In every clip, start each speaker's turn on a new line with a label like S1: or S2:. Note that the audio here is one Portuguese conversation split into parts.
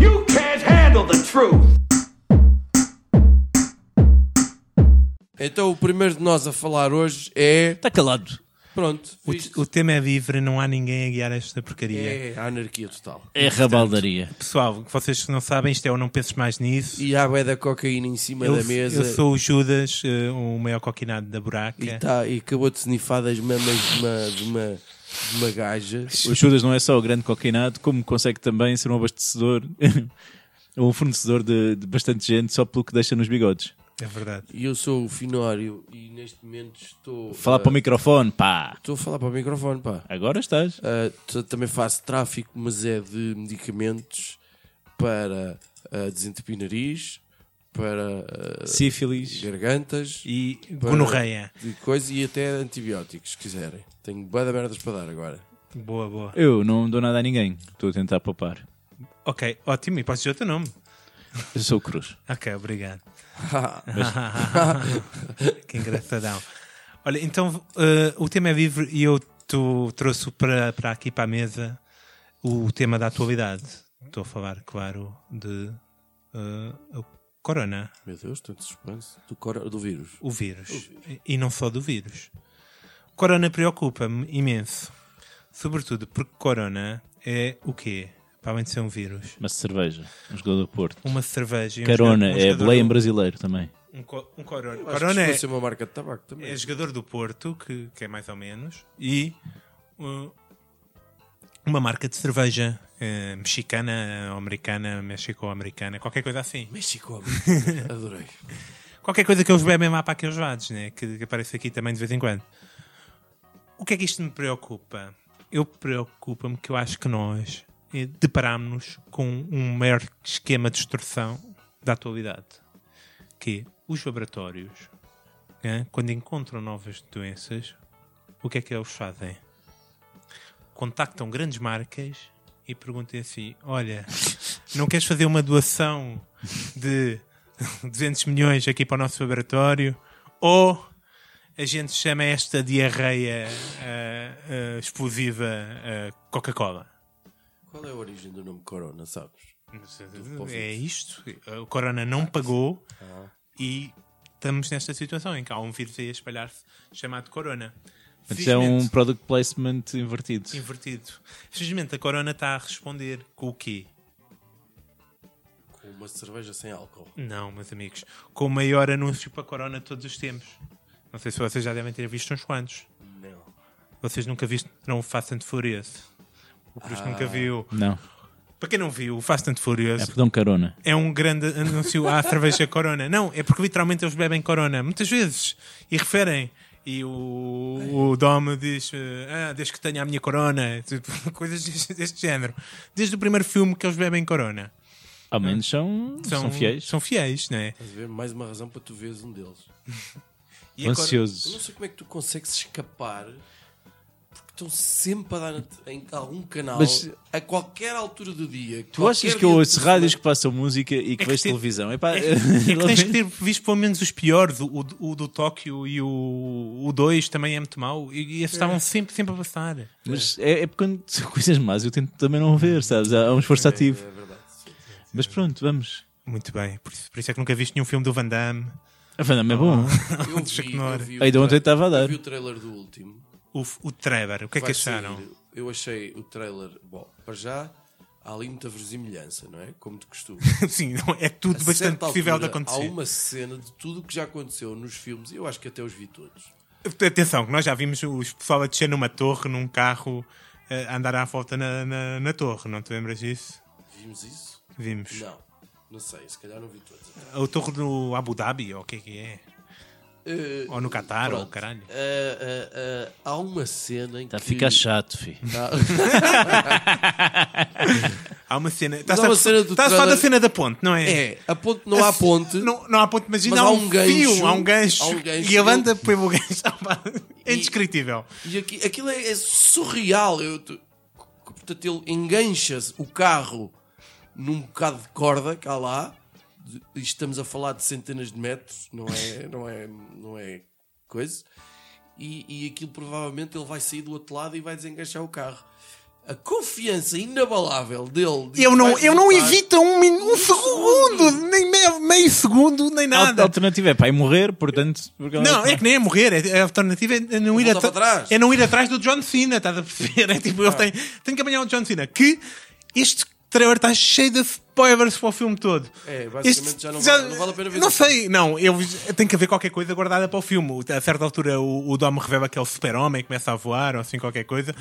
S1: You can't handle the truth.
S2: Então o primeiro de nós a falar hoje é.
S3: Está Tá calado.
S2: Pronto,
S4: O,
S2: viste?
S4: o tema é livre, não há ninguém a guiar esta porcaria.
S2: É a anarquia total.
S3: É rabaldaria.
S4: Pessoal, vocês que não sabem, isto é o Não Penses Mais Nisso.
S2: E há a da cocaína em cima
S4: eu,
S2: da mesa.
S4: eu sou o Judas, eh, o maior coquinado da buraca.
S2: E, tá, e acabou de snifar das mamas de uma, de uma, de uma gaja.
S5: O Judas não é só o grande coquinado, como consegue também ser um abastecedor ou um fornecedor de, de bastante gente só pelo que deixa nos bigodes.
S4: É verdade.
S2: E eu sou o Finório e neste momento estou.
S5: Falar
S2: ah,
S5: para o microfone, pá!
S2: Estou a falar para o microfone, pá.
S5: Agora estás.
S2: Ah, t- também faço tráfico, mas é de medicamentos para ah, desentupir nariz, para ah,
S5: Sífilis.
S2: gargantas
S4: E
S2: Para-
S4: gonorreia.
S2: de coisa e até antibióticos, se quiserem. Tenho bué de merdas para dar agora.
S4: Boa, boa.
S5: Eu não dou nada a ninguém. Estou a tentar poupar.
S4: Ok, ótimo. E posso dizer o teu nome?
S5: Eu sou o Cruz.
S4: Ok, obrigado. que engraçadão. Olha, então eh, o tema é livre e eu tu, trouxe para, para aqui para a mesa o tema da atualidade. Estou a falar, claro, de eh, o corona,
S2: Meu Deus, tanto suspense. Do, cor... do vírus.
S4: o vírus. E não só do vírus. O corona preocupa-me imenso. Sobretudo porque corona é o quê? Para além de ser um vírus.
S5: Uma cerveja. Um jogador do Porto.
S4: Uma cerveja. e um
S5: Carona.
S4: jogador- um
S5: é
S4: jogador
S5: Belém
S4: do-
S5: brasileiro também.
S4: Um, co- um corona.
S2: Acho
S4: Corona
S2: que
S4: é,
S2: isto vai ser uma marca de tabaco também.
S4: é jogador do Porto, que, que é mais ou menos, e uh, uma marca de cerveja eh, mexicana, ou americana, mexico-americana, qualquer coisa assim.
S2: México, adorei.
S4: Qualquer coisa que é eles bebem lá para aqueles lados, né? que, que aparece aqui também de vez em quando. O que é que isto me preocupa? Eu preocupa-me que eu acho que nós eh, deparámos-nos com um maior esquema de extorsão da atualidade. Que é os laboratórios, eh, quando encontram novas doenças, o que é que eles fazem? Contactam grandes marcas e perguntam assim: Olha, não queres fazer uma doação de 200 milhões aqui para o nosso laboratório? Ou a gente chama esta diarreia ah, ah, explosiva ah, Coca-Cola?
S2: Qual é a origem do nome Corona, sabes?
S4: É isto. O Corona não pagou
S5: Ah.
S4: e estamos nesta situação em que há um vírus aí a espalhar-se chamado Corona.
S5: Mas é um
S4: Felizmente-
S5: product placement invertido.
S4: Invertido. Felizmente a Corona está a responder com o quê?
S2: Com uma cerveja sem álcool.
S4: Não, meus amigos. Com o maior anúncio para a Corona de todos os tempos. Não sei se vocês já devem ter visto uns quantos.
S2: Não.
S4: Vocês nunca viram o Fast and Furious? O Cruz nunca viu.
S5: Não.
S4: Para quem não viu, o Fast and
S5: Ah. É
S4: Furious
S5: porque dão carona.
S4: é um grande anúncio à cerveja Corona. Não, é porque literalmente eles bebem Corona, muitas vezes, e referem. E o, o Dom diz: eh, Ah, desde que tenha a minha Corona, tipo, coisas deste, deste género. Desde o primeiro filme que eles bebem Corona.
S5: Ao menos são, são, fiéis.
S4: São fiéis, não é?
S2: Estás a ver? Mais uma razão para tu veres um deles.
S4: E a Corona-
S2: Eu não
S5: Ansiosos.
S2: sei como é que tu consegues escapar porque estão sempre a dar em algum canal
S5: Mas-
S2: a qualquer altura do dia.
S5: Tu achas que eu ouço rádios que passam música e que
S4: É que
S5: vejo
S4: tem-
S5: televisão? Epá,
S4: É que tens que ter visto pelo menos os piores, o, o- o do Tóquio e o, o 2 também é muito mau. E, e esses estavam sempre, sempre a passar.
S5: Mas é, é porque quando são coisas más eu tento também não ver, sabes? Há há um
S4: É,
S5: esforço ativo.
S2: É
S5: Mas pronto, vamos.
S4: Muito bem, por isso, por isso é que nunca viste nenhum filme do Van Damme.
S5: A Vandam é bom.
S2: Eu
S4: Deixa
S2: vi,
S4: que não
S2: eu
S4: era.
S2: vi o
S5: Ainda ontem
S2: tra-
S5: estava a
S2: eu
S5: dar.
S2: vi o trailer do último.
S4: O, o Trevor, o que é que
S2: Vai
S4: acharam?
S2: sair. Eu achei o trailer. Bom, para já há ali muita verosimilhança, não é? Como de costume.
S4: Sim, não, é tudo
S2: A
S4: bastante
S2: certa
S4: possível de
S2: altura,
S4: acontecer.
S2: Há uma cena de tudo o que já aconteceu nos filmes, eu acho que até os vi todos.
S4: Atenção, que nós já vimos os pessoal a descer numa torre, num carro, eh, a andar à volta na, na- na torre, não te lembras disso?
S2: Vimos isso?
S4: Vimos.
S2: Não, não sei, se calhar não vi todos.
S4: A torre do Abu Dhabi, ou o que é que é?
S2: Eh,
S4: Ou no Qatar, ou
S2: pronto.
S4: o caralho.
S2: Eh, eh, eh, há uma cena em
S3: Está a
S5: tá,
S2: que.
S3: ficar chato, filho.
S4: Há uma cena. tá
S2: Mas
S4: Estás
S2: há uma
S4: a
S2: cena do
S4: estás a falar
S2: trailer-
S4: da cena da ponte, não é?
S2: É, a ponte não há ponte.
S4: Não, não há ponte, mas ainda
S2: Mas
S4: há, um fio, há um gancho.
S2: há um gancho.
S4: E ele anda pelo gancho. É
S2: E-
S4: indescritível.
S2: E aqui, aquilo é, é surreal. Eu, tu- portanto, ele engancha-se o carro num bocado de corda cá lá. de- e Estamos a falar de centenas de metros, não é, não é, não é coisa. E, e aquilo provavelmente ele vai sair do outro lado e vai desenganchar o carro. A confiança inabalável dele. de
S6: Eu
S2: que
S6: não,
S2: vai
S6: eu não
S2: resultar-
S6: evito um, min- um segundo, nem meio, meio segundo, nem
S5: A
S6: nada.
S5: alternativa é pá, é morrer, portanto. porque- tá-
S4: Não, é que nem é morrer, é, a alternativa é é não, ir
S2: Voltar
S4: atra-
S2: para trás.
S4: é não ir atrás do John Cena, estás a perceber? É
S5: Ah.
S4: tipo, eu tenho, tenho que apanhar o John Cena. Que este trailer está cheio de spoilers para o filme todo.
S2: É, basicamente já não vale- não vale a pena ver
S4: Não
S2: isso.
S4: sei, não, eu, eu tenho que haver qualquer coisa guardada para o filme. A certa altura o, o Dom revela que é o super-homem, começa a voar ou assim qualquer coisa.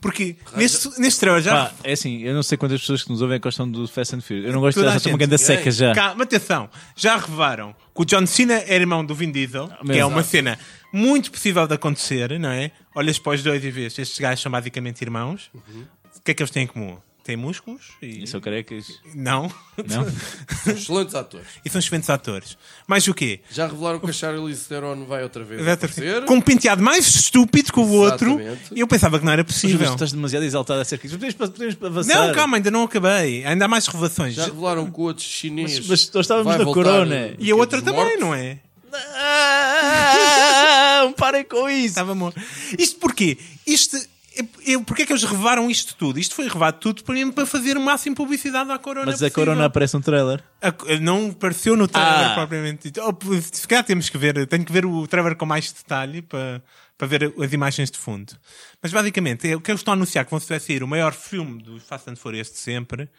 S4: Porque neste, neste trailer já.
S5: Pá, é assim, eu não sei quantas pessoas que nos ouvem gostam do Fast and Furious. Eu não gosto
S4: Toda a
S5: dessa, sou uma
S4: gente.
S5: grande seca já.
S4: Calma, atenção, já revelaram que o John Cena era irmão do Vin Diesel, que é
S5: exato.
S4: uma cena muito possível de acontecer, não é? Olhas para os dois e vês, estes gajos são basicamente irmãos. O que é que eles têm em comum? Têm músculos e.
S5: E sou carecas.
S4: Não.
S5: Não?
S2: São Excelentes atores.
S4: e são excelentes atores. Mais o quê?
S2: Já revelaram que a Charlize Theron vai outra vez
S4: Exato.
S2: aparecer.
S4: Com um penteado mais estúpido que o outro,
S2: Exatamente.
S4: eu pensava que não era
S5: Mas
S4: possível.
S5: estás demasiado exaltado acerca disso. Podemos, podemos avançar.
S4: Não, calma, ainda não acabei. Ainda há mais revelações.
S2: Já revelaram que o outro chinês.
S5: Mas- mas nós estávamos
S2: vai
S5: na
S2: voltar,
S5: corona.
S2: eh,
S4: E a
S2: dos
S4: outra também,
S2: mortos.
S4: não é?
S5: Não, parem com isso.
S4: Estava morto. Isto porquê? Isto. Eu, porquê é que eles revaram isto tudo? Isto foi revado tudo para, para fazer o máximo publicidade à Corona.
S5: Mas a
S4: é possível.
S5: Corona aparece um trailer.
S4: A- não apareceu no trailer
S5: Ah.
S4: propriamente dito. Oh, p- se calhar temos que ver, tenho que ver o trailer com mais detalhe para, para ver as imagens de fundo. Mas basicamente, é o que eles estão a anunciar que vão sair o maior filme dos Fast and Furious de sempre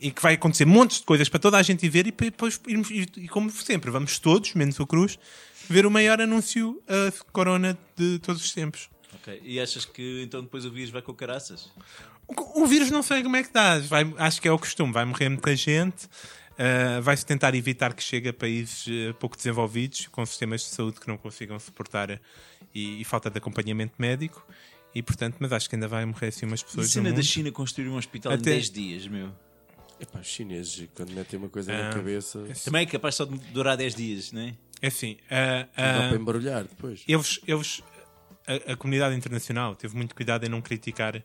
S4: e que vai acontecer montes de coisas para toda a gente ver e para depois irmos, e, e como sempre, vamos todos, menos o Cruz, ver o maior anúncio a Corona de todos os tempos.
S5: E achas que então depois o vírus vai com caraças?
S4: O, o vírus não sei como é que dá. Vai- acho que é o costume. Vai morrer muita gente. ah, Vai-se tentar evitar que chegue a países eh, pouco desenvolvidos, com sistemas de saúde que não consigam suportar eh, e, e falta de acompanhamento médico. E portanto, mas acho que ainda vai morrer assim umas
S5: A
S4: pessoas. No
S5: cena da
S4: mundo.
S5: China construir um hospital
S4: Até-
S5: em 10 dias, meu.
S2: Epá, os chineses, quando metem uma coisa na cabeça,
S5: Também é capaz só de durar 10 dias, não é?
S4: É assim, ah, ah,
S2: dá para embarulhar depois.
S4: eles, eles a, a comunidade internacional teve muito cuidado em não criticar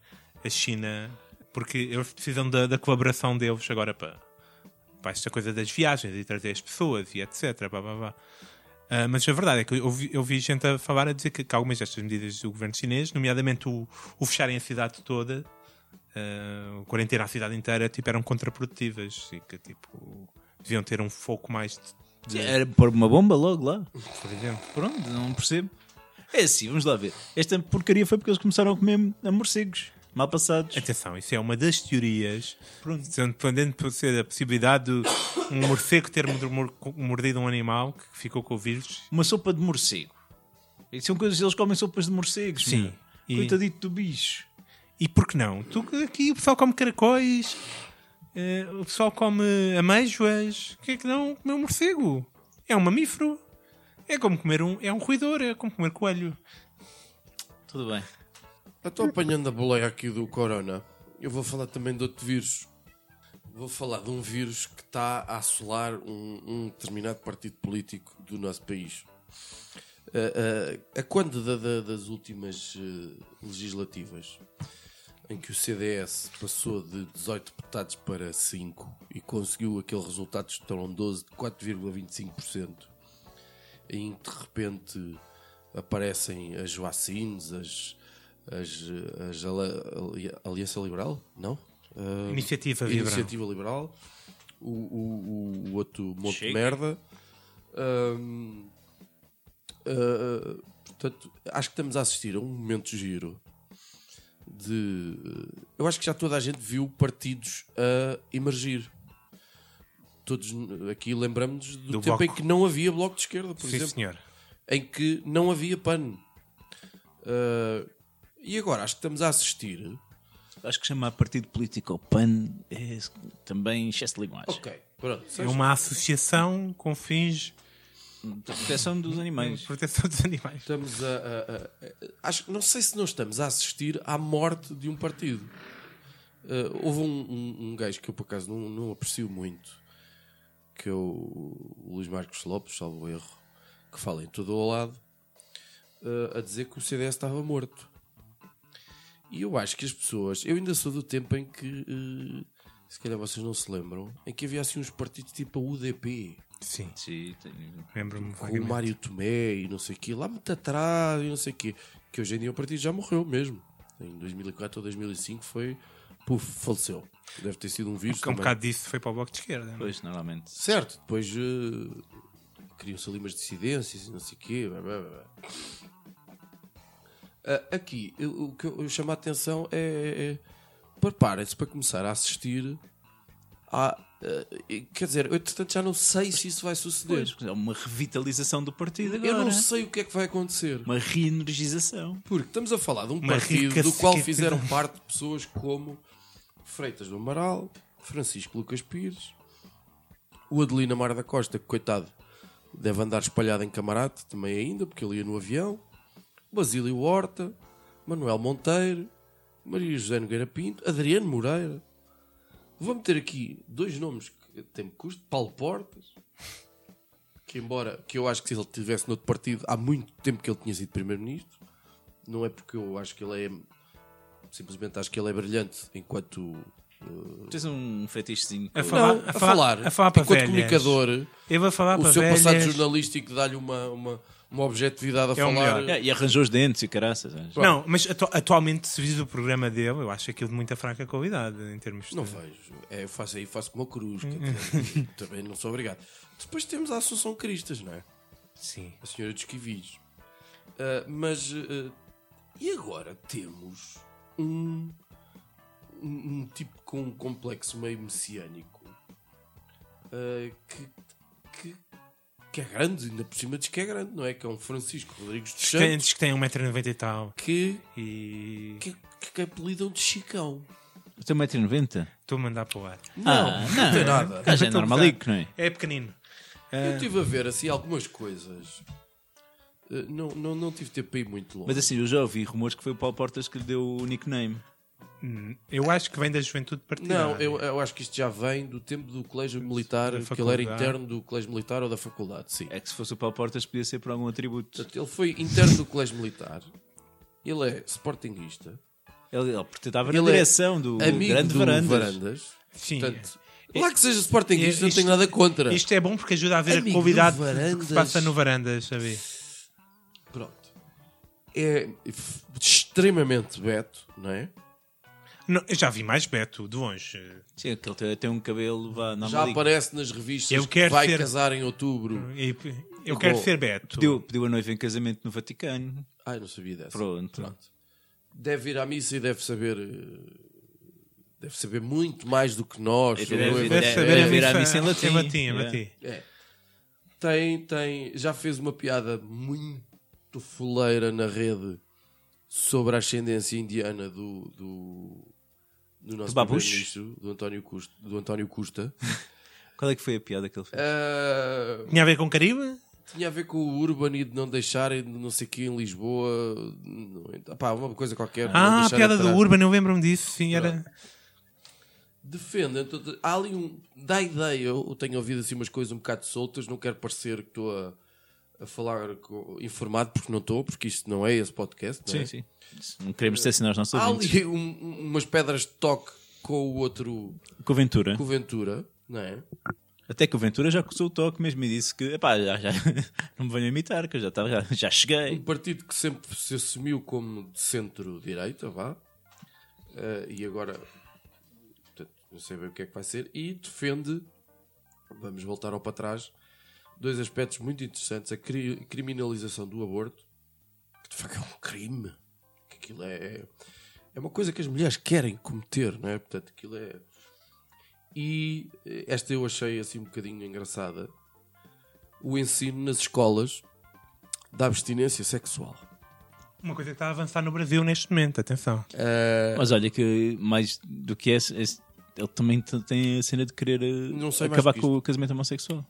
S4: a China porque eles precisam da, da colaboração deles agora para, para esta coisa das viagens e trazer as pessoas e etc. Blá, blá, blá. Ah, mas a verdade é que eu vi, eu vi gente a falar a dizer que, que algumas destas medidas do governo chinês, nomeadamente o, o fecharem a cidade toda, ah, o quarentena a cidade inteira, tipo, eram contraprodutivas e que tipo, deviam ter um foco mais de, de-
S5: Era pôr uma bomba logo lá.
S4: por exemplo.
S5: Pronto, não percebo. É assim, vamos lá ver. Esta porcaria foi porque eles começaram a comer a morcegos. Mal passados.
S4: Atenção, isso é uma das teorias. Dependendo por ser a possibilidade de um morcego ter mor- mor- mordido um animal que ficou com o vírus.
S5: Uma sopa de morcego. E são coisas, eles comem sopas de morcegos.
S4: Sim.
S5: meu.
S4: E-
S5: Coitadito do bicho.
S4: E por que não? Tu, aqui o pessoal come caracóis, eh, o pessoal come amêijoas. O que é que não comer um morcego? É um mamífero. É como comer um. É um roedor, é como comer coelho.
S5: Tudo bem.
S2: Eu estou apanhando a boleia aqui do corona. Eu vou falar também de outro vírus. Vou falar de um vírus que está a assolar um, um determinado partido político do nosso país. Ah, ah, a quando da- da- das últimas eh, legislativas, em que o CDS passou de 18 deputados para 5 e conseguiu aquele resultado estrondoso de 4,25%, em que de repente aparecem as Joacines, as, as, as Ali- Aliança Liberal? Não? Ah,
S4: Iniciativa Liberal.
S2: Iniciativa Liberal. O, o- o- o outro monte de merda. Ahm, ah, portanto, acho que estamos a assistir a um momento giro de. eh, Eu acho que já toda a gente viu partidos a emergir. Todos n- aqui lembramos-nos do,
S4: Do
S2: tempo em
S4: Bloco.
S2: que não havia bloco de esquerda, por
S4: Sim,
S2: exemplo
S4: senhor.
S2: em que não havia pano. Ah, e agora acho que estamos a assistir.
S5: Acho que chamar partido político ao PAN é também excesso de linguagem.
S2: Ok, pronto.
S4: É uma associação com fins
S5: Proteção dos animais.
S4: de proteção dos animais.
S2: Estamos a, a- a- a- acho que não sei se não estamos a assistir à morte de um partido. Ah, houve um, um, um gajo que eu por acaso não, não aprecio muito, que é o Luís Marcos Lopes, salvo erro, que fala em todo o lado, ah, a dizer que o CDS estava morto. E eu acho que as pessoas. Eu ainda sou do tempo em que eh, se calhar vocês não se lembram, em que havia assim uns partidos tipo a UDP,
S4: Sim,
S5: Sim, tenho-
S4: lembro-me
S2: com o
S4: vagamente.
S2: Mário Tomé e não sei o quê, lá muito atrás e não sei o quê, que hoje em dia o partido já morreu mesmo. Em 2004 ou 2005 foi, puf, faleceu. Deve ter sido um vírus
S4: Um
S2: também.
S4: bocado disso foi para o bloco de esquerda. não é?
S5: Pois, normalmente.
S2: Certo, depois eh, criam-se ali umas dissidências e não sei o quê. blá, blá, blá. Ah, aqui, eu- o que eu, eu chamo a atenção é... é Preparem-se para começar a assistir a... eh, quer dizer, eu entretanto já não sei se isso vai suceder.
S5: Pois, é uma revitalização do partido agora.
S2: eu não sei o que é que vai acontecer.
S5: Uma reenergização.
S2: Porque estamos a falar de um
S4: Uma
S2: partido
S4: rica
S2: do qual
S4: sequidão.
S2: fizeram parte pessoas como Freitas do Amaral, Francisco Lucas Pires, o Adelino Amar da Costa, que coitado deve andar espalhado em camarate também ainda, porque ele ia no avião, Basílio Horta, Manuel Monteiro, Maria José Nogueira Pinto, Adriano Moreira. Vou meter aqui dois nomes que têm custo, Paulo Portas, que embora que eu acho que se ele estivesse noutro partido, há muito tempo que ele tinha sido primeiro-ministro não é porque eu acho que ele é simplesmente acho que ele é brilhante enquanto
S5: Tens um fetichezinho.
S4: A
S5: com-
S4: falar-
S2: Não,
S4: a falar- a falar para
S2: enquanto
S4: velhas.
S2: comunicador
S4: Eu vou falar
S2: o
S4: para
S2: seu passado
S4: velhas.
S2: jornalístico dá-lhe uma, uma, uma objetividade a
S4: É o
S2: falar
S4: melhor.
S5: É, e arranjou os dentes e caraças. sabes?
S4: Não, mas atu- atualmente, se vis o programa dele, eu acho aquilo de muita fraca qualidade em termos de.
S2: não vejo é, eu faço aí faço como a cruz quer dizer, também não sou obrigado depois temos a Assunção Cristas não é
S4: Sim.
S2: a senhora dos Quivis Ah, mas ah, e agora temos um um um tipo com um complexo meio messiânico ah, que, que, que é grande, ainda por cima diz que é grande, não é? Que é um Francisco Rodrigues dos
S4: Tem-
S2: Santos
S4: Diz que tem 1,90m e tal.
S2: que,
S4: E.
S2: que, que apelidam de Chicão.
S5: Eu tenho 1,90m.
S4: Estou a mandar para o ar.
S2: Não, não tem nada.
S5: Mas Ah, é
S4: Então,
S5: normalico, não é?
S4: É pequenino.
S2: Eu estive a ver assim algumas coisas. Ah, não, não, não tive tempo para ir muito longe.
S5: Mas assim, eu já ouvi rumores que foi o Paulo Portas que lhe deu o nickname.
S4: Hum, Eu acho que vem da juventude partidária.
S2: Não, eu, eu acho que isto já vem do tempo do colégio militar,
S4: da
S2: que ele era
S4: faculdade.
S2: interno do colégio militar ou da faculdade, sim.
S5: É que se fosse o Paulo Portas podia ser por algum atributo.
S2: Portanto, ele foi interno do colégio militar, ele é sportinguista,
S5: Ele, ele estava na
S2: Ele é
S5: direção do
S2: amigo
S5: grande
S2: do
S5: Varandas.
S2: Varandas.
S4: Sim. É,
S2: Portanto, lá que seja sportinguista, não
S4: Isto-
S2: tenho nada contra.
S4: Isto é bom porque ajuda a ver
S2: Amigo
S4: a qualidade
S2: do
S4: que- que
S2: Varandas.
S4: se passa no Varandas, sabe?
S2: Pronto. É f- extremamente beto, não é?
S4: Não, eu já vi mais Beto, de longe.
S5: Sim, aquele tem, tem um cabelo vá,
S2: Já
S5: normalico.
S2: aparece nas revistas
S4: Eu
S2: que
S4: quero
S2: vai
S4: ser-
S2: casar em outubro.
S4: E- eu quero ser Beto.
S5: Pediu, pediu a noiva em casamento no Vaticano.
S2: Ai, não sabia dessa.
S5: Pronto.
S2: Deve ir à missa e deve saber... eh, Deve saber muito mais do que nós. é? sobre o
S5: É, deve-
S2: Evangelho.
S4: Deve
S5: Era
S4: saber a
S5: ver a
S4: missa-
S5: missa em latim.
S4: Em latim, em
S5: Yeah.
S4: latim.
S2: É. Tem, tem. Já fez uma piada muito foleira na rede sobre a ascendência indiana do. do do nosso
S5: Do Babush?
S2: primeiro-ministro, do António Custa. Do António Custa.
S5: Qual é que foi a piada que ele fez?
S2: Ah,
S4: Tinha a ver com Caribe?
S2: tinha a ver com o Urban e de não deixarem de não sei o que em Lisboa. não- pá, uma coisa qualquer. não
S4: Ah, a
S2: deixar
S4: piada do
S2: atrás.
S4: Urban, eu lembro-me disso. Sim, era.
S2: defende. então, de- Há ali um. Dá ideia. Eu eu tenho ouvido assim umas coisas um bocado soltas. Não quero parecer que estou a, a falar co- informado, porque não estou, porque isto não é esse podcast. Não é?
S5: Sim, sim. Não queremos decepcionar os nossos
S2: Há
S5: ouvintes.
S2: ali um- um- umas pedras de toque com o outro.
S5: Com o Ventura.
S2: com o Ventura, não é?
S5: Até que o Ventura já coçou o toque mesmo e disse que, epá, já, já- não me venham imitar, que eu já, estava, já, já
S2: Um
S5: cheguei.
S2: partido que sempre se assumiu como de centro-direita, vá. Eh, e agora. portanto, não sei bem o que é que vai ser. E defende. Vamos voltar ao para trás. Dois aspectos muito interessantes: a cri- criminalização do aborto, que de facto é um crime. Que aquilo é. É uma coisa que as mulheres querem cometer, não é? Portanto, aquilo é. E eh, esta eu achei assim um bocadinho engraçada. O ensino nas escolas da abstinência sexual.
S4: Uma coisa que está a avançar no Brasil neste momento, atenção.
S2: É.
S5: Mas olha que mais do que esse, esse- ele também t- tem a cena de querer eh,
S2: Não sei mais
S5: acabar
S2: do que
S5: com o casamento homossexual.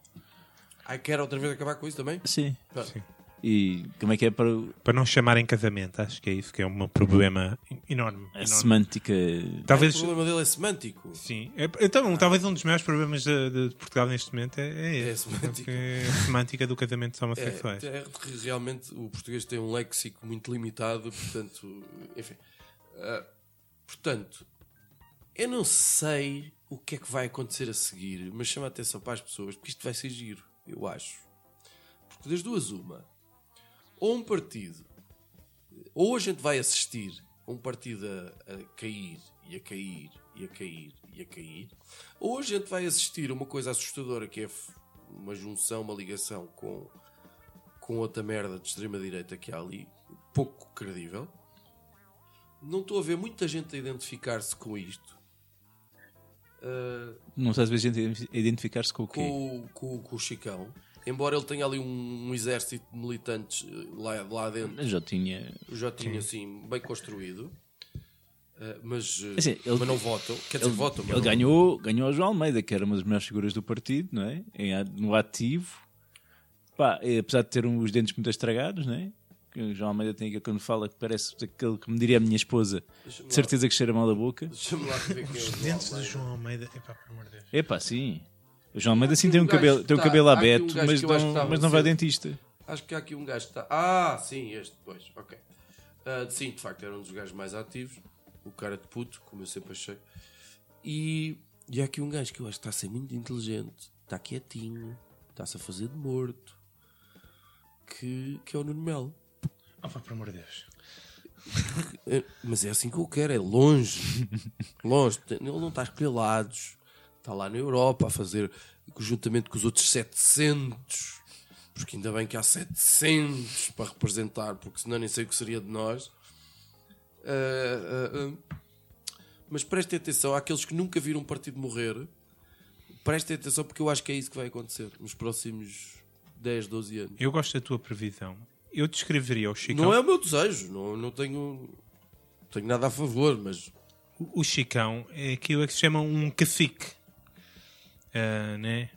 S2: Ai, quero outra vez acabar com isso também?
S5: Sim.
S2: Sim.
S5: E como é que é para o-
S4: Para não chamarem casamento, acho que é isso que é um meu problema enorme.
S5: a
S4: enorme.
S5: semântica?
S2: O
S4: Talvez,
S2: problema dele é semântico.
S4: sim. É, então, talvez um dos maiores problemas de, de- de Portugal neste momento é, é,
S2: É a
S4: esse,
S2: semântica.
S4: porque é a semântica do casamento
S2: É,
S4: homossexuais.
S2: é que realmente o português tem um léxico muito limitado, portanto, enfim. Ah, portanto, Eu não sei o que é que vai acontecer a seguir, mas chama a atenção para as pessoas, porque isto vai ser giro, eu acho. Porque das duas, uma. Ou um partido, ou a gente vai assistir a um partido a, a cair, e a cair, e a cair, e a cair, ou a gente vai assistir a uma coisa assustadora que é f- uma junção, uma ligação com, com outra merda de extrema-direita que há ali, pouco credível. Não estou a ver muita gente a identificar-se com isto. ah,
S5: Não sei se a gente identificar-se com o quê?
S2: com, o- com, o- com o Chicão. Embora ele tenha ali um, um exército de militantes eh, lá, lá dentro,
S3: Mas já tinha.
S2: o Jotinho assim, bem construído, eh, mas, eh,
S5: Assim, ele-
S2: mas não votam. Quer dizer, votam. mas
S5: Ele
S2: não-
S5: ganhou, ganhou ao João Almeida, que era uma das melhores figuras do partido, não é? Em a- no ativo. Pá, eh, apesar de ter um- os dentes muito estragados, não é? Que o João Almeida tem aquilo quando fala que parece aquele que me diria a minha esposa. De certeza que cheira mal a boca.
S2: Deixa-me lá ver quem é o João
S4: Dentes do
S2: Almeida.
S4: João Almeida. Epá, pelo amor de Deus.
S5: Epá, sim. O João Almeida sim
S2: aqui
S5: tem
S2: um
S5: um
S2: gajo
S5: cabelo,
S2: que
S5: tem um
S2: tá-
S5: cabelo
S2: há aqui um
S5: aberto,
S2: gajo
S5: mas
S2: que eu acho que
S5: não,
S2: tá
S5: mas não vai ao
S2: cedo.
S5: dentista.
S2: Acho que há aqui um gajo que está. Ah, sim, este, pois, ok. Ah, sim, de facto, era um dos gajos mais ativos. O cara de puto, como eu sempre achei. E, e há aqui um gajo que eu acho que está a ser muito inteligente, está quietinho, está-se a fazer de morto, que, que é o Nuno Melo. Ah,
S4: Opa, pelo amor de Deus.
S2: É, Mas é assim que eu quero, é longe. longe. Ele não está a escolher lados. Está lá na Europa a fazer, juntamente com os outros 700. Porque ainda bem que há 700 para representar, porque senão nem sei o que seria de nós. Ah, ah, ah. Mas prestem atenção àqueles que nunca viram um partido morrer. Prestem atenção, porque eu acho que é isso que vai acontecer nos próximos 10, 12 anos.
S4: Eu gosto da tua previsão. Eu descreveria o Chicão.
S2: Não é o meu desejo, não, não tenho, tenho nada a favor, mas
S4: O Chicão é aquilo que se chama um cacique. Ah, né?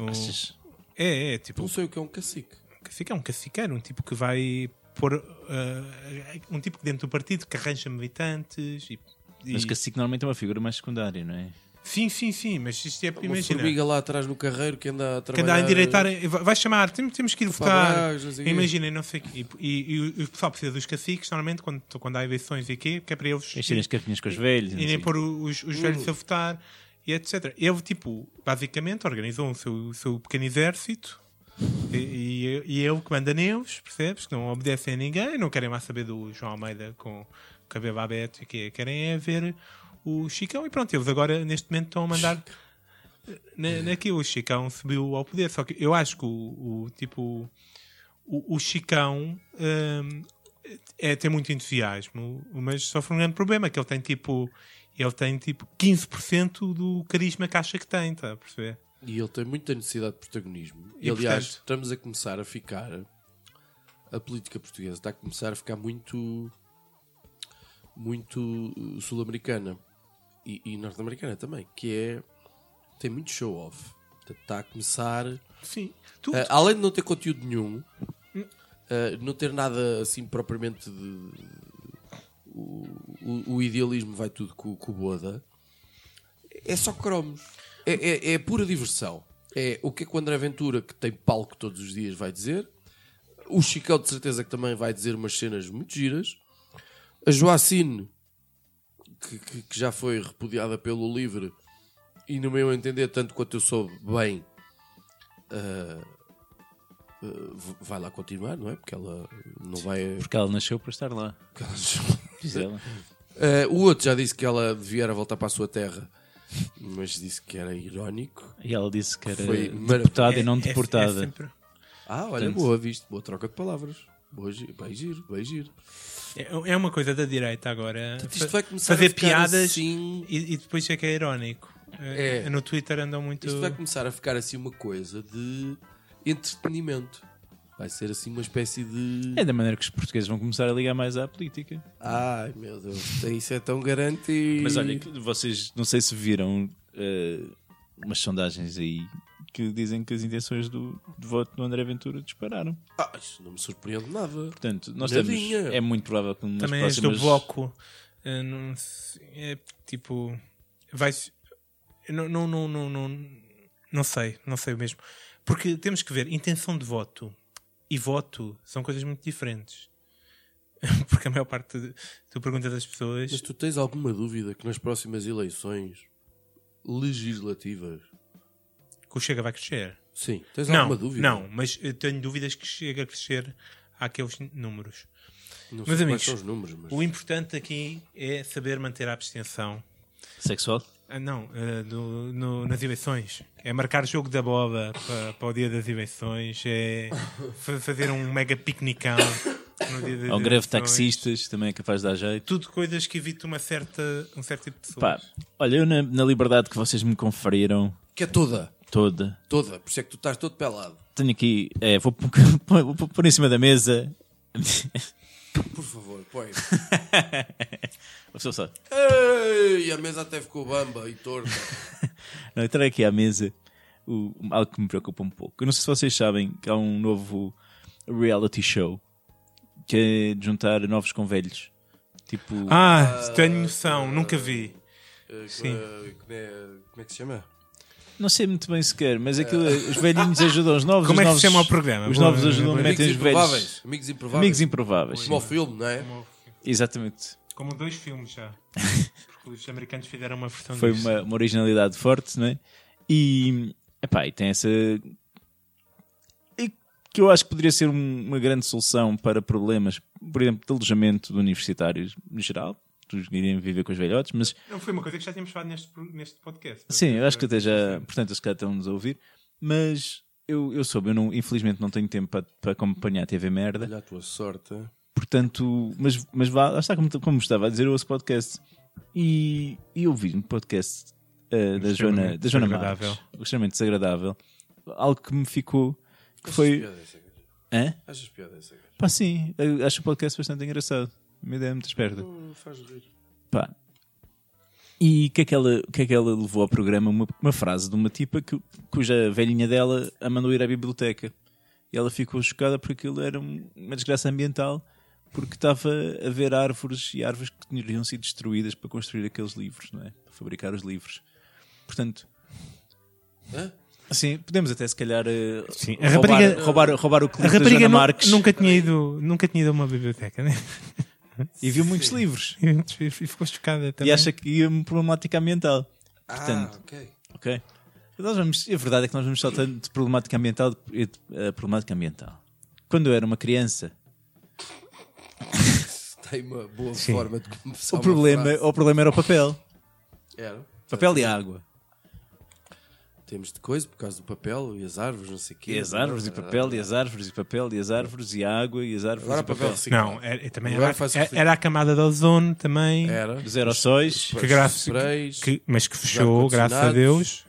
S4: O-
S3: Achas?
S4: É, é, tipo,
S2: Não sei o que é um cacique.
S4: cacique é um caciqueiro, um tipo que vai pôr. ah, um tipo que dentro do partido que arranja militantes e. e-
S5: Mas
S2: assim-
S5: cacique normalmente é uma figura mais secundária, não é?
S4: Sim, sim, sim, mas isto é.
S2: Uma
S4: Imagina.
S2: formiga lá atrás no carreiro que anda a
S4: Que
S2: trabalhar.
S4: anda a endireitar, eh, vai vai chamar, tem- temos que ir votar.
S2: Fabrais, não sei o quê.
S4: Imagina, não sei. o quê. E, e- e o- o pessoal precisa dos caciques, normalmente, quando, quando há eleições e quê, que é para eles.
S5: Encher as carrinhas com os velhos. não
S4: e nem
S5: sei.
S4: pôr o- os, os velhos a votar e etc. Ele, tipo, basicamente organizou o seu, o seu pequeno exército e, e, e ele que manda neles, percebes? Que não obedecem a ninguém, não querem mais saber do João Almeida com cabelo aberto e que querem é ver o Chicão. E pronto, eles agora neste momento estão a mandar. Na, naquilo, o Chicão subiu ao poder. Só que eu acho que o, o tipo. O, o Chicão. hum, é, tem muito entusiasmo, mas sofre um grande problema, que ele tem tipo ele tem tipo 15% do carisma que acha que tem, está a perceber?
S2: E ele tem muita necessidade de protagonismo. E,
S4: E,
S2: aliás,
S4: portanto-
S2: estamos a começar a ficar. A política portuguesa está a começar a ficar muito. muito uh, sul-americana. E, e norte-americana também. Que é. tem muito show-off. Portanto, Está a começar.
S4: Sim. Tu, é,
S2: Ah, além de não ter conteúdo nenhum, ah, não ter nada assim propriamente de. O, o- o idealismo vai tudo com, com o Boda. É só cromos. É, é- é pura diversão. É o que é que o André Ventura, que tem palco todos os dias, vai dizer. O Chicão, de certeza, que também vai dizer umas cenas muito giras. A Joacine, que, que- que já foi repudiada pelo Livre, e no meu entender, tanto quanto eu soube bem, v- vai lá continuar, não é? Porque ela não vai.
S5: Porque ela nasceu para estar lá,
S2: porque ela-
S5: diz ela.
S2: Eh, o outro já disse que ela devia era voltar para a sua terra, mas disse que era irónico.
S5: E ela disse que era
S2: Foi maravilhoso.
S5: deputada
S4: é-
S5: e não
S4: é- é
S5: deportada.
S4: sempre-
S2: Ah, olha,
S5: Portanto-
S2: boa, viste? Boa troca de palavras. Boa, gi- bem giro, bem giro.
S4: é, é uma coisa da direita agora.
S2: Isto
S4: fa-
S2: vai começar
S4: fazer
S2: a ficar
S4: piadas
S2: assim.
S4: e, e depois é que é irónico.
S2: É.
S4: Eh, No Twitter andam muito.
S2: Isto vai começar a ficar assim uma coisa de entretenimento. Vai ser assim uma espécie de.
S5: É da maneira que os portugueses vão começar a ligar mais à política.
S2: Ai meu Deus, isso é tão garantido.
S5: Mas olha, que vocês não sei se viram eh, umas sondagens aí que dizem que as intenções do, de voto do André Ventura dispararam.
S2: Ah, isso não me surpreende nada.
S5: Portanto, nós
S2: Nadinha.
S5: temos. É muito provável que nas
S4: Também és
S5: próximas.
S4: do bloco. eh, não se- é tipo. Vai. Não, não, não, não, não, não sei, não sei mesmo. Porque temos que ver, intenção de voto e voto são coisas muito diferentes. porque a maior parte de- tu perguntas das pessoas
S2: Mas tu tens alguma dúvida que nas próximas eleições legislativas.
S4: que o Chega vai crescer.
S2: Sim, tens
S4: não,
S2: alguma dúvida?
S4: não, mas eu tenho dúvidas que chega a crescer àqueles números.
S2: Não
S4: Meus
S2: sei quais
S4: amigos,
S2: são os números, mas.
S4: O importante aqui é saber manter a abstenção.
S5: Sexual?
S4: Ah, não, ah, do- no- nas eleições. É marcar jogo da bola para, para o dia das eleições. É fa- fazer um mega piquenicão no dia das
S5: Ou um greve de
S4: eleições.
S5: taxistas, também é capaz de dar jeito.
S4: Tudo coisas que evita uma certa, um certo tipo de
S5: Pá,
S4: pessoas.
S5: olha, eu na, na liberdade que vocês me conferiram
S2: Que é toda.
S5: toda,
S2: Toda. Por isso é que tu estás todo pelado.
S5: tenho aqui, é, vou, pôr- vou pôr- pôr em cima da mesa.
S2: Por favor, põe.
S5: Ouve só, só.
S2: Ei, a mesa até ficou bamba e torta.
S5: Não, eu trago aqui à mesa o- algo que me preocupa um pouco. Eu não sei se vocês sabem que há um novo reality show que é de juntar novos com velhos. Tipo,
S4: Ah, tenho noção, nunca vi.
S2: Eh,
S4: Sim.
S2: eh, Como é, como é que se chama?
S5: não sei muito bem sequer, mas aquilo, é- os velhinhos ajudam os novos.
S4: Como
S5: os
S4: é que se
S5: novos-
S4: chama o programa?
S5: Os
S4: Vou-
S5: novos ajudam,
S4: vou-
S5: metem os velhos.
S2: improváveis. Amigos improváveis.
S5: Amigos improváveis.
S2: Como ao filme, não é?
S5: Exatamente.
S4: Como dois filmes já. Porque os americanos fizeram uma versão
S5: Foi
S4: disso.
S5: uma, uma originalidade forte, não é? E, epá, e tem essa. e que eu acho que poderia ser um- uma grande solução para problemas, por exemplo, de alojamento de universitários no geral, dos que irem viver com os velhotes, mas
S4: Não foi uma coisa que já tínhamos falado neste, pro- neste podcast.
S5: sim, eu acho que até já. Portanto, eles cá estão-nos a ouvir, mas. Eu, eu soube, eu não, infelizmente não tenho tempo para, para acompanhar a TV merda,
S2: Olha a tua sorte. hein?
S5: portanto, mas, mas vá, lá está como, como estava a dizer, eu ouço podcast e, e ouvi um podcast eh, da
S4: Extremamente
S5: Joana, da Joana
S4: desagradável.
S5: Marques, extremamente desagradável, algo que me ficou, que foi,
S2: Piada essa, gajo.
S5: hã?
S2: Achas piada essa? gajo?
S5: pá sim, eu acho o podcast bastante engraçado, a minha ideia é muito esperta,
S2: Não faz rir.
S5: pá. E o que, é que ela, o que é que ela levou ao programa? Uma, uma frase de uma tipa que, cuja velhinha dela a mandou ir à biblioteca. E ela ficou chocada porque aquilo era um- uma desgraça ambiental, porque estava a ver árvores e árvores que teriam sido destruídas para construir aqueles livros, não é? Para fabricar os livros. Portanto.
S2: Hã?
S5: Sim, podemos até se calhar eh,
S4: Sim, a
S5: roubar,
S4: rapariga-
S5: roubar, roubar o
S4: A
S5: cliente da
S4: rapariga
S5: Joana
S4: nu-
S5: Marques
S4: nunca tinha ido, nunca tinha ido a uma biblioteca, né?
S5: e viu muitos livros.
S4: E ficou chocada também.
S5: E acha que ia uma problemática ambiental.
S2: Ah,
S5: Portanto.
S2: ok.
S5: Ok. Nós vamos, a verdade é que nós vamos saltando de problemática ambiental e de, eh, problemática ambiental. Quando eu era uma criança,
S2: Tem uma boa forma de começar
S5: o problema, é-
S2: uma frase.
S5: o problema era o papel.
S2: Era.
S5: Papel e água.
S2: Temos de coisa por causa do papel e as árvores, não sei o quê.
S5: E as árvores e papel, e as árvores e papel, e as árvores e a água, e as árvores
S2: Agora
S5: e papel. é-
S2: papel
S5: papel.
S2: reciclado.
S4: Não, era, também
S2: Agora
S4: era,
S2: faz
S4: era-
S2: reciclado.
S4: era a camada de ozono também,
S2: Era.
S5: Dos aerossóis.
S4: que graças,
S2: sprays,
S4: que- mas que fechou,
S2: ar-condicionados.
S4: graças a Deus.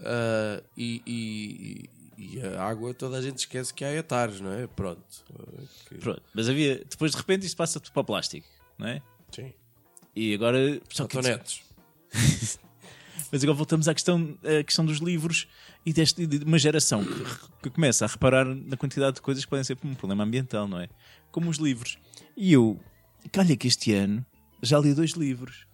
S2: ah, e, e- e- e a água toda a gente esquece que há hectares, não é? Pronto. Ah, que-
S5: Pronto. Mas havia, depois de repente isto passa para o plástico, não é?
S2: Sim.
S5: E agora. Só que,
S2: Cotonetes.
S5: mas agora voltamos à questão, à questão dos livros e deste, de uma geração que, re- que começa a reparar na quantidade de coisas que podem ser um problema ambiental, não é? Como os livros. E eu, calha que este ano já li dois livros,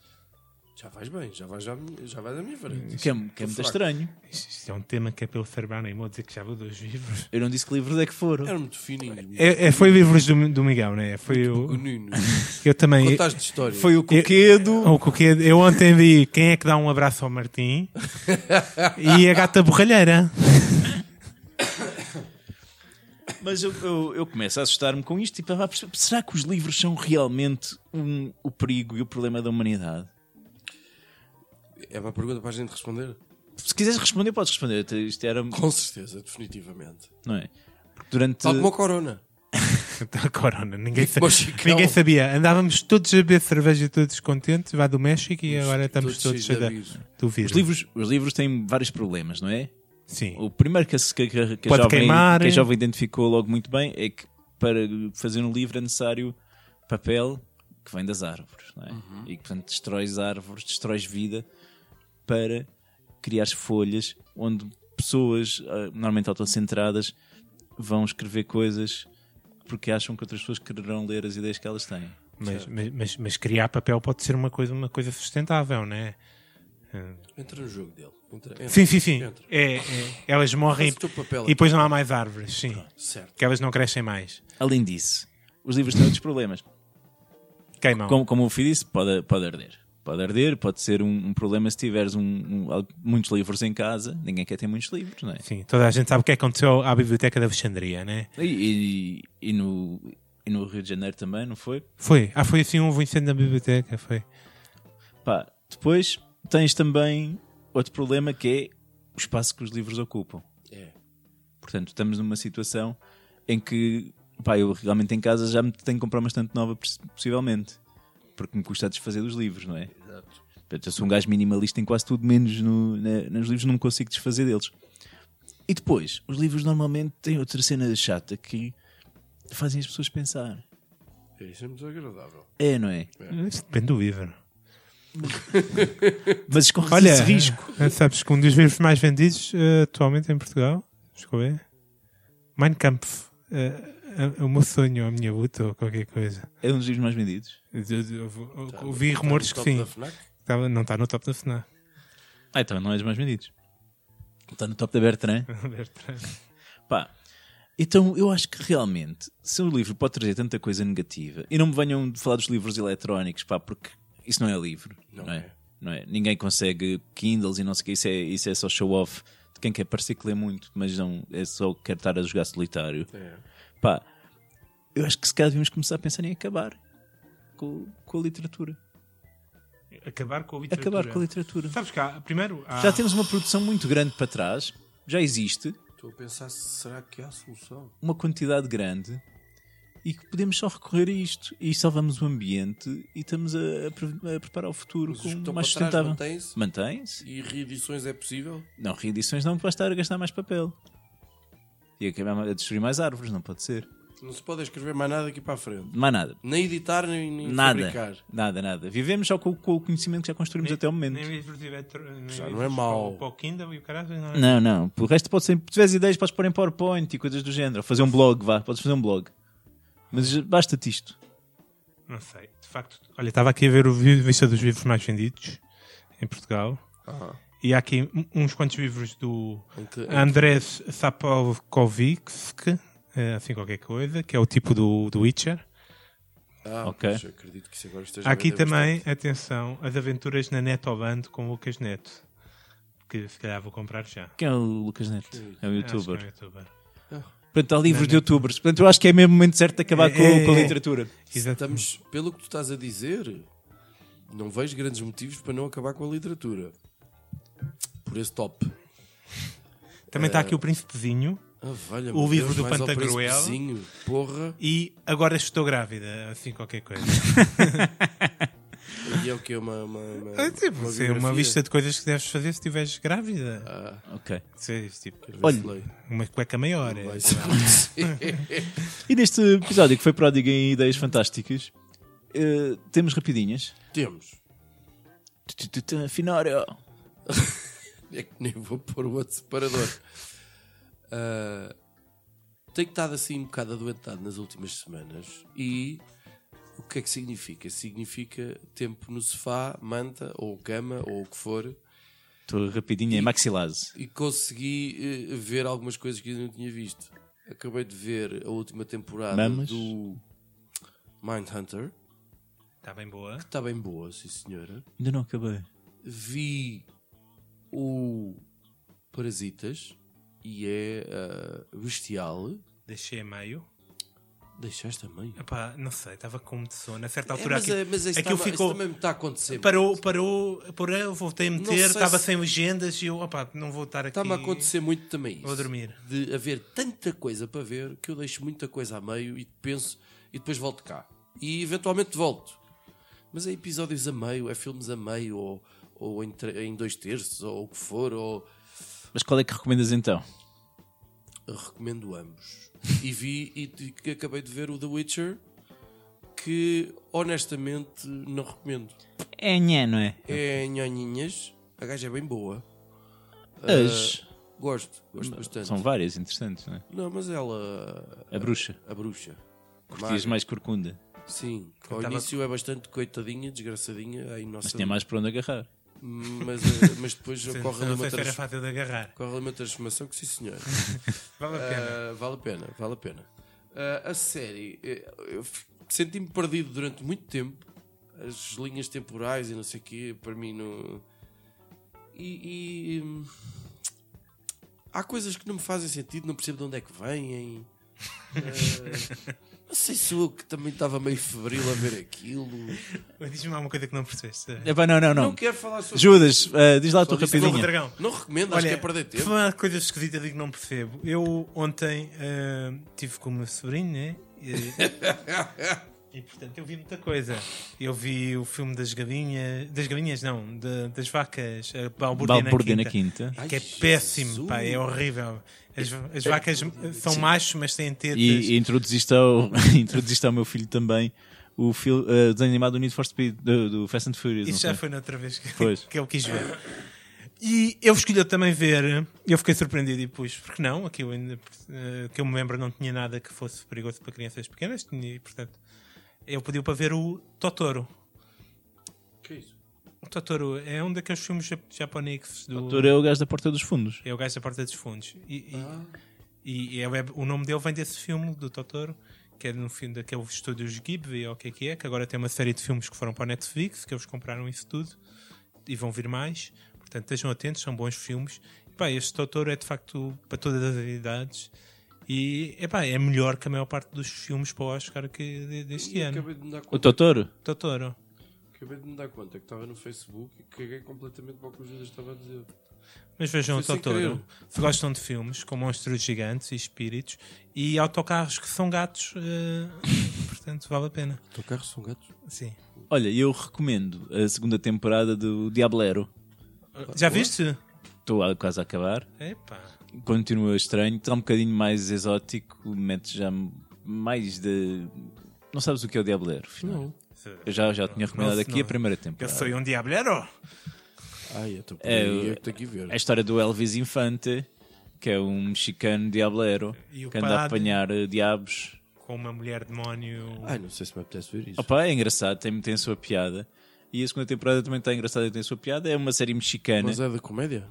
S2: Já vais bem, já vais, já, já vais à minha frente.
S5: que é, que é muito
S2: fraco.
S5: estranho.
S4: Isto, isto é um tema que é pelo cerebral, nem vou dizer que já vou dois livros.
S5: Eu não disse que livros é que foram.
S2: Era muito fininho. muito
S4: É, é, foi livros do, do Miguel, né? Foi o,
S2: Pequenino.
S4: eu também.
S2: Contaste história.
S5: Foi o Coquedo.
S4: O Coquedo- eu ontem vi quem é que dá um abraço ao Martim e a gata borralheira.
S5: Mas eu, eu, eu começo a assustar-me com isto. Tipo, ah, será que os livros são realmente um- o perigo e o problema da humanidade?
S2: É uma pergunta para a gente responder?
S5: Se quiseres responder, podes responder. Isto era.
S2: Com certeza, definitivamente.
S5: Não é? Porque durante.
S2: Tal como a corona.
S4: Da corona, ninguém, sa-
S2: Como o Chicão.
S4: ninguém sabia. Andávamos todos a beber cerveja, todos contentes, vá do México e agora estamos
S2: todos
S4: todos,
S2: cheios
S4: a
S2: de
S4: da, do vírus.
S5: Os livros, os livros têm vários problemas, não é?
S4: Sim.
S5: O primeiro que, se- que, que, que a
S4: Pode
S5: jovem,
S4: queimar.
S5: que a jovem identificou logo muito bem é que para fazer um livro é necessário papel que vem das árvores, não é? E que, portanto, destróis árvores, destróis vida para criar folhas onde pessoas, ah, normalmente autocentradas, vão escrever coisas porque acham que outras pessoas quererão ler as ideias que elas têm.
S4: Mas, mas, mas- mas criar papel pode ser uma coisa, uma coisa sustentável, não é?
S2: Entra no jogo dele. Entra, entra.
S4: Sim, sim, sim.
S2: Entra.
S4: É, é. Elas morrem
S2: Faz o teu papel
S4: e
S2: aqui.
S4: depois não há mais árvores, sim.
S2: Certo.
S4: Que elas não crescem mais.
S5: Além disso, os livros têm outros problemas.
S4: Queimam.
S5: como, como o Fih disse, pode, pode arder. Pode arder, pode ser um, um problema se tiveres um- um- al- muitos livros em casa. Ninguém quer ter muitos livros, não é?
S4: Sim, toda a gente sabe o que é que aconteceu à Biblioteca da Alexandria, né?
S5: E, e- e no, e no Rio de Janeiro também, não foi?
S4: Foi. Ah, foi assim um incêndio na biblioteca, foi.
S5: Pá, depois tens também outro problema que é o espaço que os livros ocupam.
S2: É.
S5: Portanto, estamos numa situação em que, pá, eu realmente em casa já me tenho que comprar uma estante nova, poss- possivelmente. Porque me custa a desfazer dos livros, não é?
S2: Exato.
S5: Portanto, eu sou um gajo minimalista em quase tudo, menos no- na- nos livros, não me consigo desfazer deles. E depois, os livros normalmente têm outra cena chata que fazem as pessoas pensar.
S2: É, Isso é muito agradável.
S5: É, não é?
S4: Isso depende do livro.
S5: Mas corre
S4: Olha,
S5: esse risco.
S4: sabes que um dos livros mais vendidos eh, atualmente em Portugal, desculpa aí, Mein Kampf, eh, é- é o meu sonho, a minha luta ou qualquer coisa.
S5: É um dos livros mais vendidos.
S4: Eu- eu- eu- eu- eu Ouvi rumores que
S2: Tá, Top
S4: sim,
S2: da FNAC?
S4: Estava- não está no top da FNAC.
S5: Ah, então não é dos mais vendidos. Está no top da Bertrand.
S4: Bertrand.
S5: Pá. Então, eu acho que realmente, se um livro pode trazer tanta coisa negativa, e não me venham de falar dos livros eletrónicos, pá, porque isso não é livro, não, é?
S2: é.
S5: Não é? Ninguém consegue Kindles e não sei o que, isso é, isso é só show-off de quem quer parecer que lê muito, mas não, é só quer estar a jogar solitário.
S2: É.
S5: Pá, eu acho que se calhar devíamos começar a pensar em acabar com, com a literatura.
S4: Acabar com a literatura.
S5: Acabar com a literatura.
S4: Sabes que há, primeiro há...
S5: Já temos uma produção muito grande para trás, já existe,
S2: Estou a pensar se será que há solução.
S5: uma quantidade grande e que podemos só recorrer a isto e salvamos o ambiente e estamos a, a pre- a preparar o futuro
S2: Os que
S5: com
S2: estão
S5: mais
S2: para trás
S5: sustentável.
S2: mantém-se
S5: Mantém-se?
S2: e reedições é possível?
S5: Não, reedições não, para estar a gastar mais papel. E acabar a destruir mais árvores, não pode ser.
S2: Não se pode escrever mais nada aqui para a frente.
S5: Mais nada.
S2: Nem editar, nem, nem
S5: Nada.
S2: fabricar.
S5: Nada, nada. Vivemos só com, com o conhecimento que já construímos até o momento.
S4: Nem livros de eletro- nem
S2: Já não é
S4: livros
S2: mau.
S4: para o- Para o Kindle e o caralho, não é?
S5: Não, não. O resto pode ser. Se tiveres ideias, podes pôr em PowerPoint e coisas do género. Ou Fazer um blog, vá. Podes fazer um blog. Mas basta-te isto.
S4: Não sei, de facto. Olha, estava aqui a ver o vi- lista dos livros mais vendidos em Portugal. E há aqui um- uns quantos livros do
S2: Em que- em que-
S4: Andrés Sapkowicz, eh, assim qualquer coisa, que é o tipo do, do Witcher.
S2: Ah,
S5: Ok.
S2: pois, acredito que isso agora esteja
S4: Há
S2: a
S4: aqui
S2: vender
S4: também,
S2: bastante.
S4: atenção, As Aventuras na Netoland com o Lucas Neto, que se calhar vou comprar já.
S5: Quem é o Lucas Neto? É um
S4: Acho que é um
S5: youtuber.
S4: youtuber.
S5: Portanto, há livros de youtubers. Portanto, eu acho que é mesmo o momento certo de acabar
S4: É,
S5: com,
S4: é,
S5: com a
S4: é.
S5: literatura.
S4: Exato.
S2: Estamos, pelo que tu estás a dizer, não vejo grandes motivos para não acabar com a literatura. Por esse top.
S4: Também está
S2: Eh,
S4: aqui o Príncipezinho.
S2: Ah, valha,
S4: O
S2: meu
S4: livro
S2: Deus,
S4: do
S2: mais ao
S4: Pantagruel.
S2: Príncipezinho, Porra.
S4: E agora estou grávida, assim qualquer coisa.
S2: E é o que? Uma, uma, uma,
S4: É tipo,
S2: uma
S4: sim, uma
S2: biografia? Ah.
S4: lista de coisas que deves fazer se estiveres grávida.
S5: Ok.
S4: Sim, tipo,
S2: Quero ver
S5: Olha,
S2: se leio.
S4: uma cueca maior. é.
S2: Vai ser-
S5: E neste episódio que foi pródigo em ideias fantásticas, eh, temos rapidinhas.
S2: Temos.
S5: Tu, tu, tu, Finório.
S2: É que nem vou pôr o outro separador. Ah, tenho estado assim um bocado adoentado nas últimas semanas. E o que é que significa? Significa tempo no sofá, manta ou cama ou o que for.
S5: Estou rapidinha em maxilase.
S2: E consegui eh, ver algumas coisas que ainda não tinha visto. Acabei de ver a última temporada
S5: Mamas?
S2: do Mindhunter.
S4: Está bem boa.
S2: Está bem boa, sim senhora.
S5: Ainda não acabei.
S2: vi o Parasitas e é ah, bestial.
S4: Deixei a meio.
S2: Deixaste também.
S4: Epá, não sei, estava com muito sono. A certa
S2: É,
S4: É altura
S2: mas,
S4: aquilo,
S2: é, mas isso,
S4: aquilo
S2: tava- isso
S4: ficou.
S2: também me está a acontecer.
S4: Parou, parou, por eu voltei a meter,
S2: sei
S4: estava
S2: se-
S4: sem legendas e eu, opá, não vou estar aqui.
S2: Está-me a acontecer muito também isso.
S4: Vou dormir.
S2: De haver tanta coisa para ver que eu deixo muita coisa a meio e penso e depois volto cá. E eventualmente volto. Mas é episódios a meio, é filmes a meio, ou, ou em, tre- em dois terços, ou o que for, ou
S5: Mas qual é que recomendas então?
S2: recomendo ambos. E vi e t- que acabei de ver o The Witcher, que honestamente não recomendo.
S5: É nhé, não é?
S2: É nhoninhas, a gaja é bem boa.
S5: As.
S2: Gosto, gosto bastante.
S5: São várias interessantes, não é?
S2: Não, mas ela,
S5: A bruxa.
S2: a bruxa,
S5: Curtias mais corcunda.
S2: sim, ao
S4: tava-
S2: início é bastante coitadinha, desgraçadinha, aí nossa,
S5: Mas tinha mais para onde agarrar.
S2: mas, eh, mas depois
S4: Sim,
S2: ocorre-lhe
S4: não
S2: uma,
S4: sei se era
S2: trans...
S4: fácil de agarrar. Eh,
S2: ocorre uma transformação que sim senhor.
S4: Vale a pena.
S2: Ah, vale a pena, vale a pena. Ah, a série, eh, eu f- senti-me perdido durante muito tempo as linhas temporais e não sei o quê, para mim não. E, e, hum, há coisas que não me fazem sentido, não percebo de onde é que vêm. Eh, não sei se eu que também estava meio febril a ver aquilo.
S4: Diz-me lá uma coisa que não percebeste.
S2: É
S5: Epá, não, não,
S2: Não,
S5: não.
S2: quero falar sobre
S5: Judas, ah, diz lá tu
S2: disse
S4: Novo
S5: rapidinho.
S4: dragão.
S2: Não recomendo, acho que é perder tempo.
S4: falar de coisas esquisitas e que não percebo. Eu ontem ah, tive com o meu sobrinho, né? E, e, portanto eu vi muita coisa. Eu vi o filme das galinhas, das galinhas não, da- das vacas, a Balbúrdia,
S5: Balbúrdia
S4: na
S5: na
S4: quinta.
S5: quinta.
S2: Ai,
S4: Que é péssimo,
S2: Jesus. É
S4: pá, é horrível. As, as vacas são machos, mas têm tetas.
S5: E, e introduziste, ao, introduziste ao meu filho também o fil, ah, desenho animado do Need for Speed, do, do Fast and Furious.
S4: Isso
S5: não
S4: já
S5: sei.
S4: foi noutra vez que,
S5: Pois.
S4: que eu quis ver. E eu escolhi também ver, eu fiquei surpreendido e pus, porque não, aquilo ainda, eh, que eu me lembro não tinha nada que fosse perigoso para crianças pequenas, tinha, e portanto, eu pedi para ver o Totoro.
S2: Que é isso?
S4: O Totoro é um daqueles filmes jap- japoneses do...
S5: O ator é o gajo da porta dos fundos.
S4: É o gajo da Porta dos Fundos. E, e,
S2: Ah.
S4: e é, é- o nome dele vem desse filme, do Totoro, que é no fim daqueles estúdios Ghibli, ou o que é que é, que agora tem uma série de filmes que foram para o Netflix, que eles compraram isso tudo, e vão vir mais. Portanto, estejam atentos, são bons filmes. E, pá, este Totoro é de facto para todas as idades. E epá, é melhor que a maior parte dos filmes para o Oscar que de- deste
S2: E
S4: ano.
S2: acabei de me dar
S5: O
S2: conta,
S5: Totoro?
S4: Totoro.
S2: acabei de me dar conta que estava no Facebook e caguei completamente para o que o Judas estava a dizer.
S4: Mas vejam o
S2: Foi sem
S4: Totoro.
S2: querer.
S4: Se gostam de filmes com monstros gigantes e espíritos e autocarros que são gatos, eh, portanto, vale a pena.
S2: O teu carro são gatos?
S4: Sim.
S5: Olha, eu recomendo a segunda temporada do Diablero.
S4: Já viste?
S5: Estou a- quase a acabar.
S4: Epá.
S5: Continua estranho, está um bocadinho mais exótico, mete já mais de. Não sabes o que é o Diablero? afinal? Eu já, já tinha recomendado
S4: Não,
S5: aqui a
S4: não.
S5: primeira
S4: Eu
S5: temporada.
S4: sou um diablero.
S2: Ai, então por
S5: É,
S2: aí é
S5: eu-
S2: que tenho que ir ver.
S5: A história do Elvis Infante, que é um mexicano diablero
S4: E o
S5: que anda a
S4: padre?
S5: apanhar eh, diabos.
S4: Com uma mulher demónio.
S2: Ai, não sei se me apetece ver isso.
S5: Opa, é engraçado, tem, tem a sua piada. E a segunda temporada também está engraçada e tem a sua piada. É uma série mexicana.
S2: Mas é da comédia?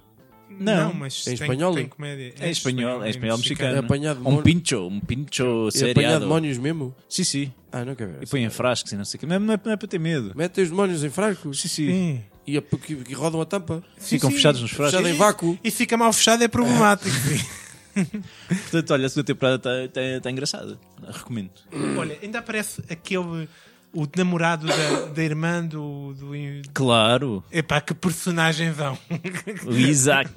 S5: não,
S4: mas
S2: é
S4: tem,
S2: espanhol?
S4: tem comédia.
S5: É espanhol, é espanhol mexicano.
S2: É apanhado
S5: um
S2: demónio-
S5: pincho, um pincho
S2: É apanhar
S5: seriado.
S2: demónios mesmo?
S5: Sim, sim.
S2: Ah, não quero ver.
S5: E põe em frascos e não sei o quê. Não é, não é- não é para ter medo.
S2: Metem os demónios em frascos
S5: Sim, sim.
S4: Sim.
S2: e, a- que, que rodam a tampa.
S5: Ficam
S4: sim.
S5: fechados nos frascos.
S2: Fechado em vácuo.
S4: E fica mal fechado, é problemático.
S5: Portanto, olha, a segunda temporada está está- está engraçada. Recomendo.
S4: Olha, ainda aparece aquele. O namorado da, da irmã do. do...
S5: Claro,
S4: Epá, que personagem vão.
S5: o Isaac,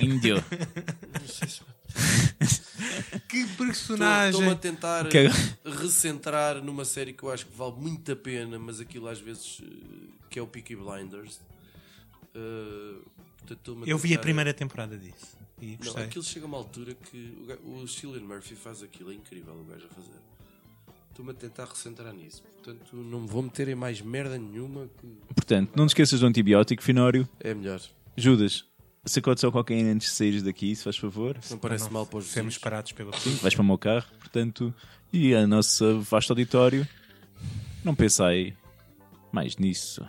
S5: índio.
S4: que
S2: Estou-me a
S4: personagem.
S2: tentar
S5: Que-
S2: recentrar numa série que eu acho que vale muito a pena, mas aquilo às vezes eh, que é o Peaky Blinders. Eh, portanto, estou-me
S4: Eu vi a
S2: tentar-
S4: primeira temporada disso. E
S2: Não,
S4: gostei.
S2: aquilo chega a uma altura que o, ga- o Cillian Murphy faz aquilo, é incrível o gajo a fazer. Estou-me a tentar recentrar nisso, portanto não me vou meter em mais merda nenhuma que
S5: Portanto, não te esqueças do antibiótico, Finório.
S2: é melhor.
S5: Judas, sacode só cocaína antes de saíres daqui, se faz favor.
S2: Não parece mal para os
S4: Sermos
S2: vizinhos.
S4: parados pela
S5: Vais para o meu carro, portanto. E a nosso vasto auditório. Não pensai mais nisso.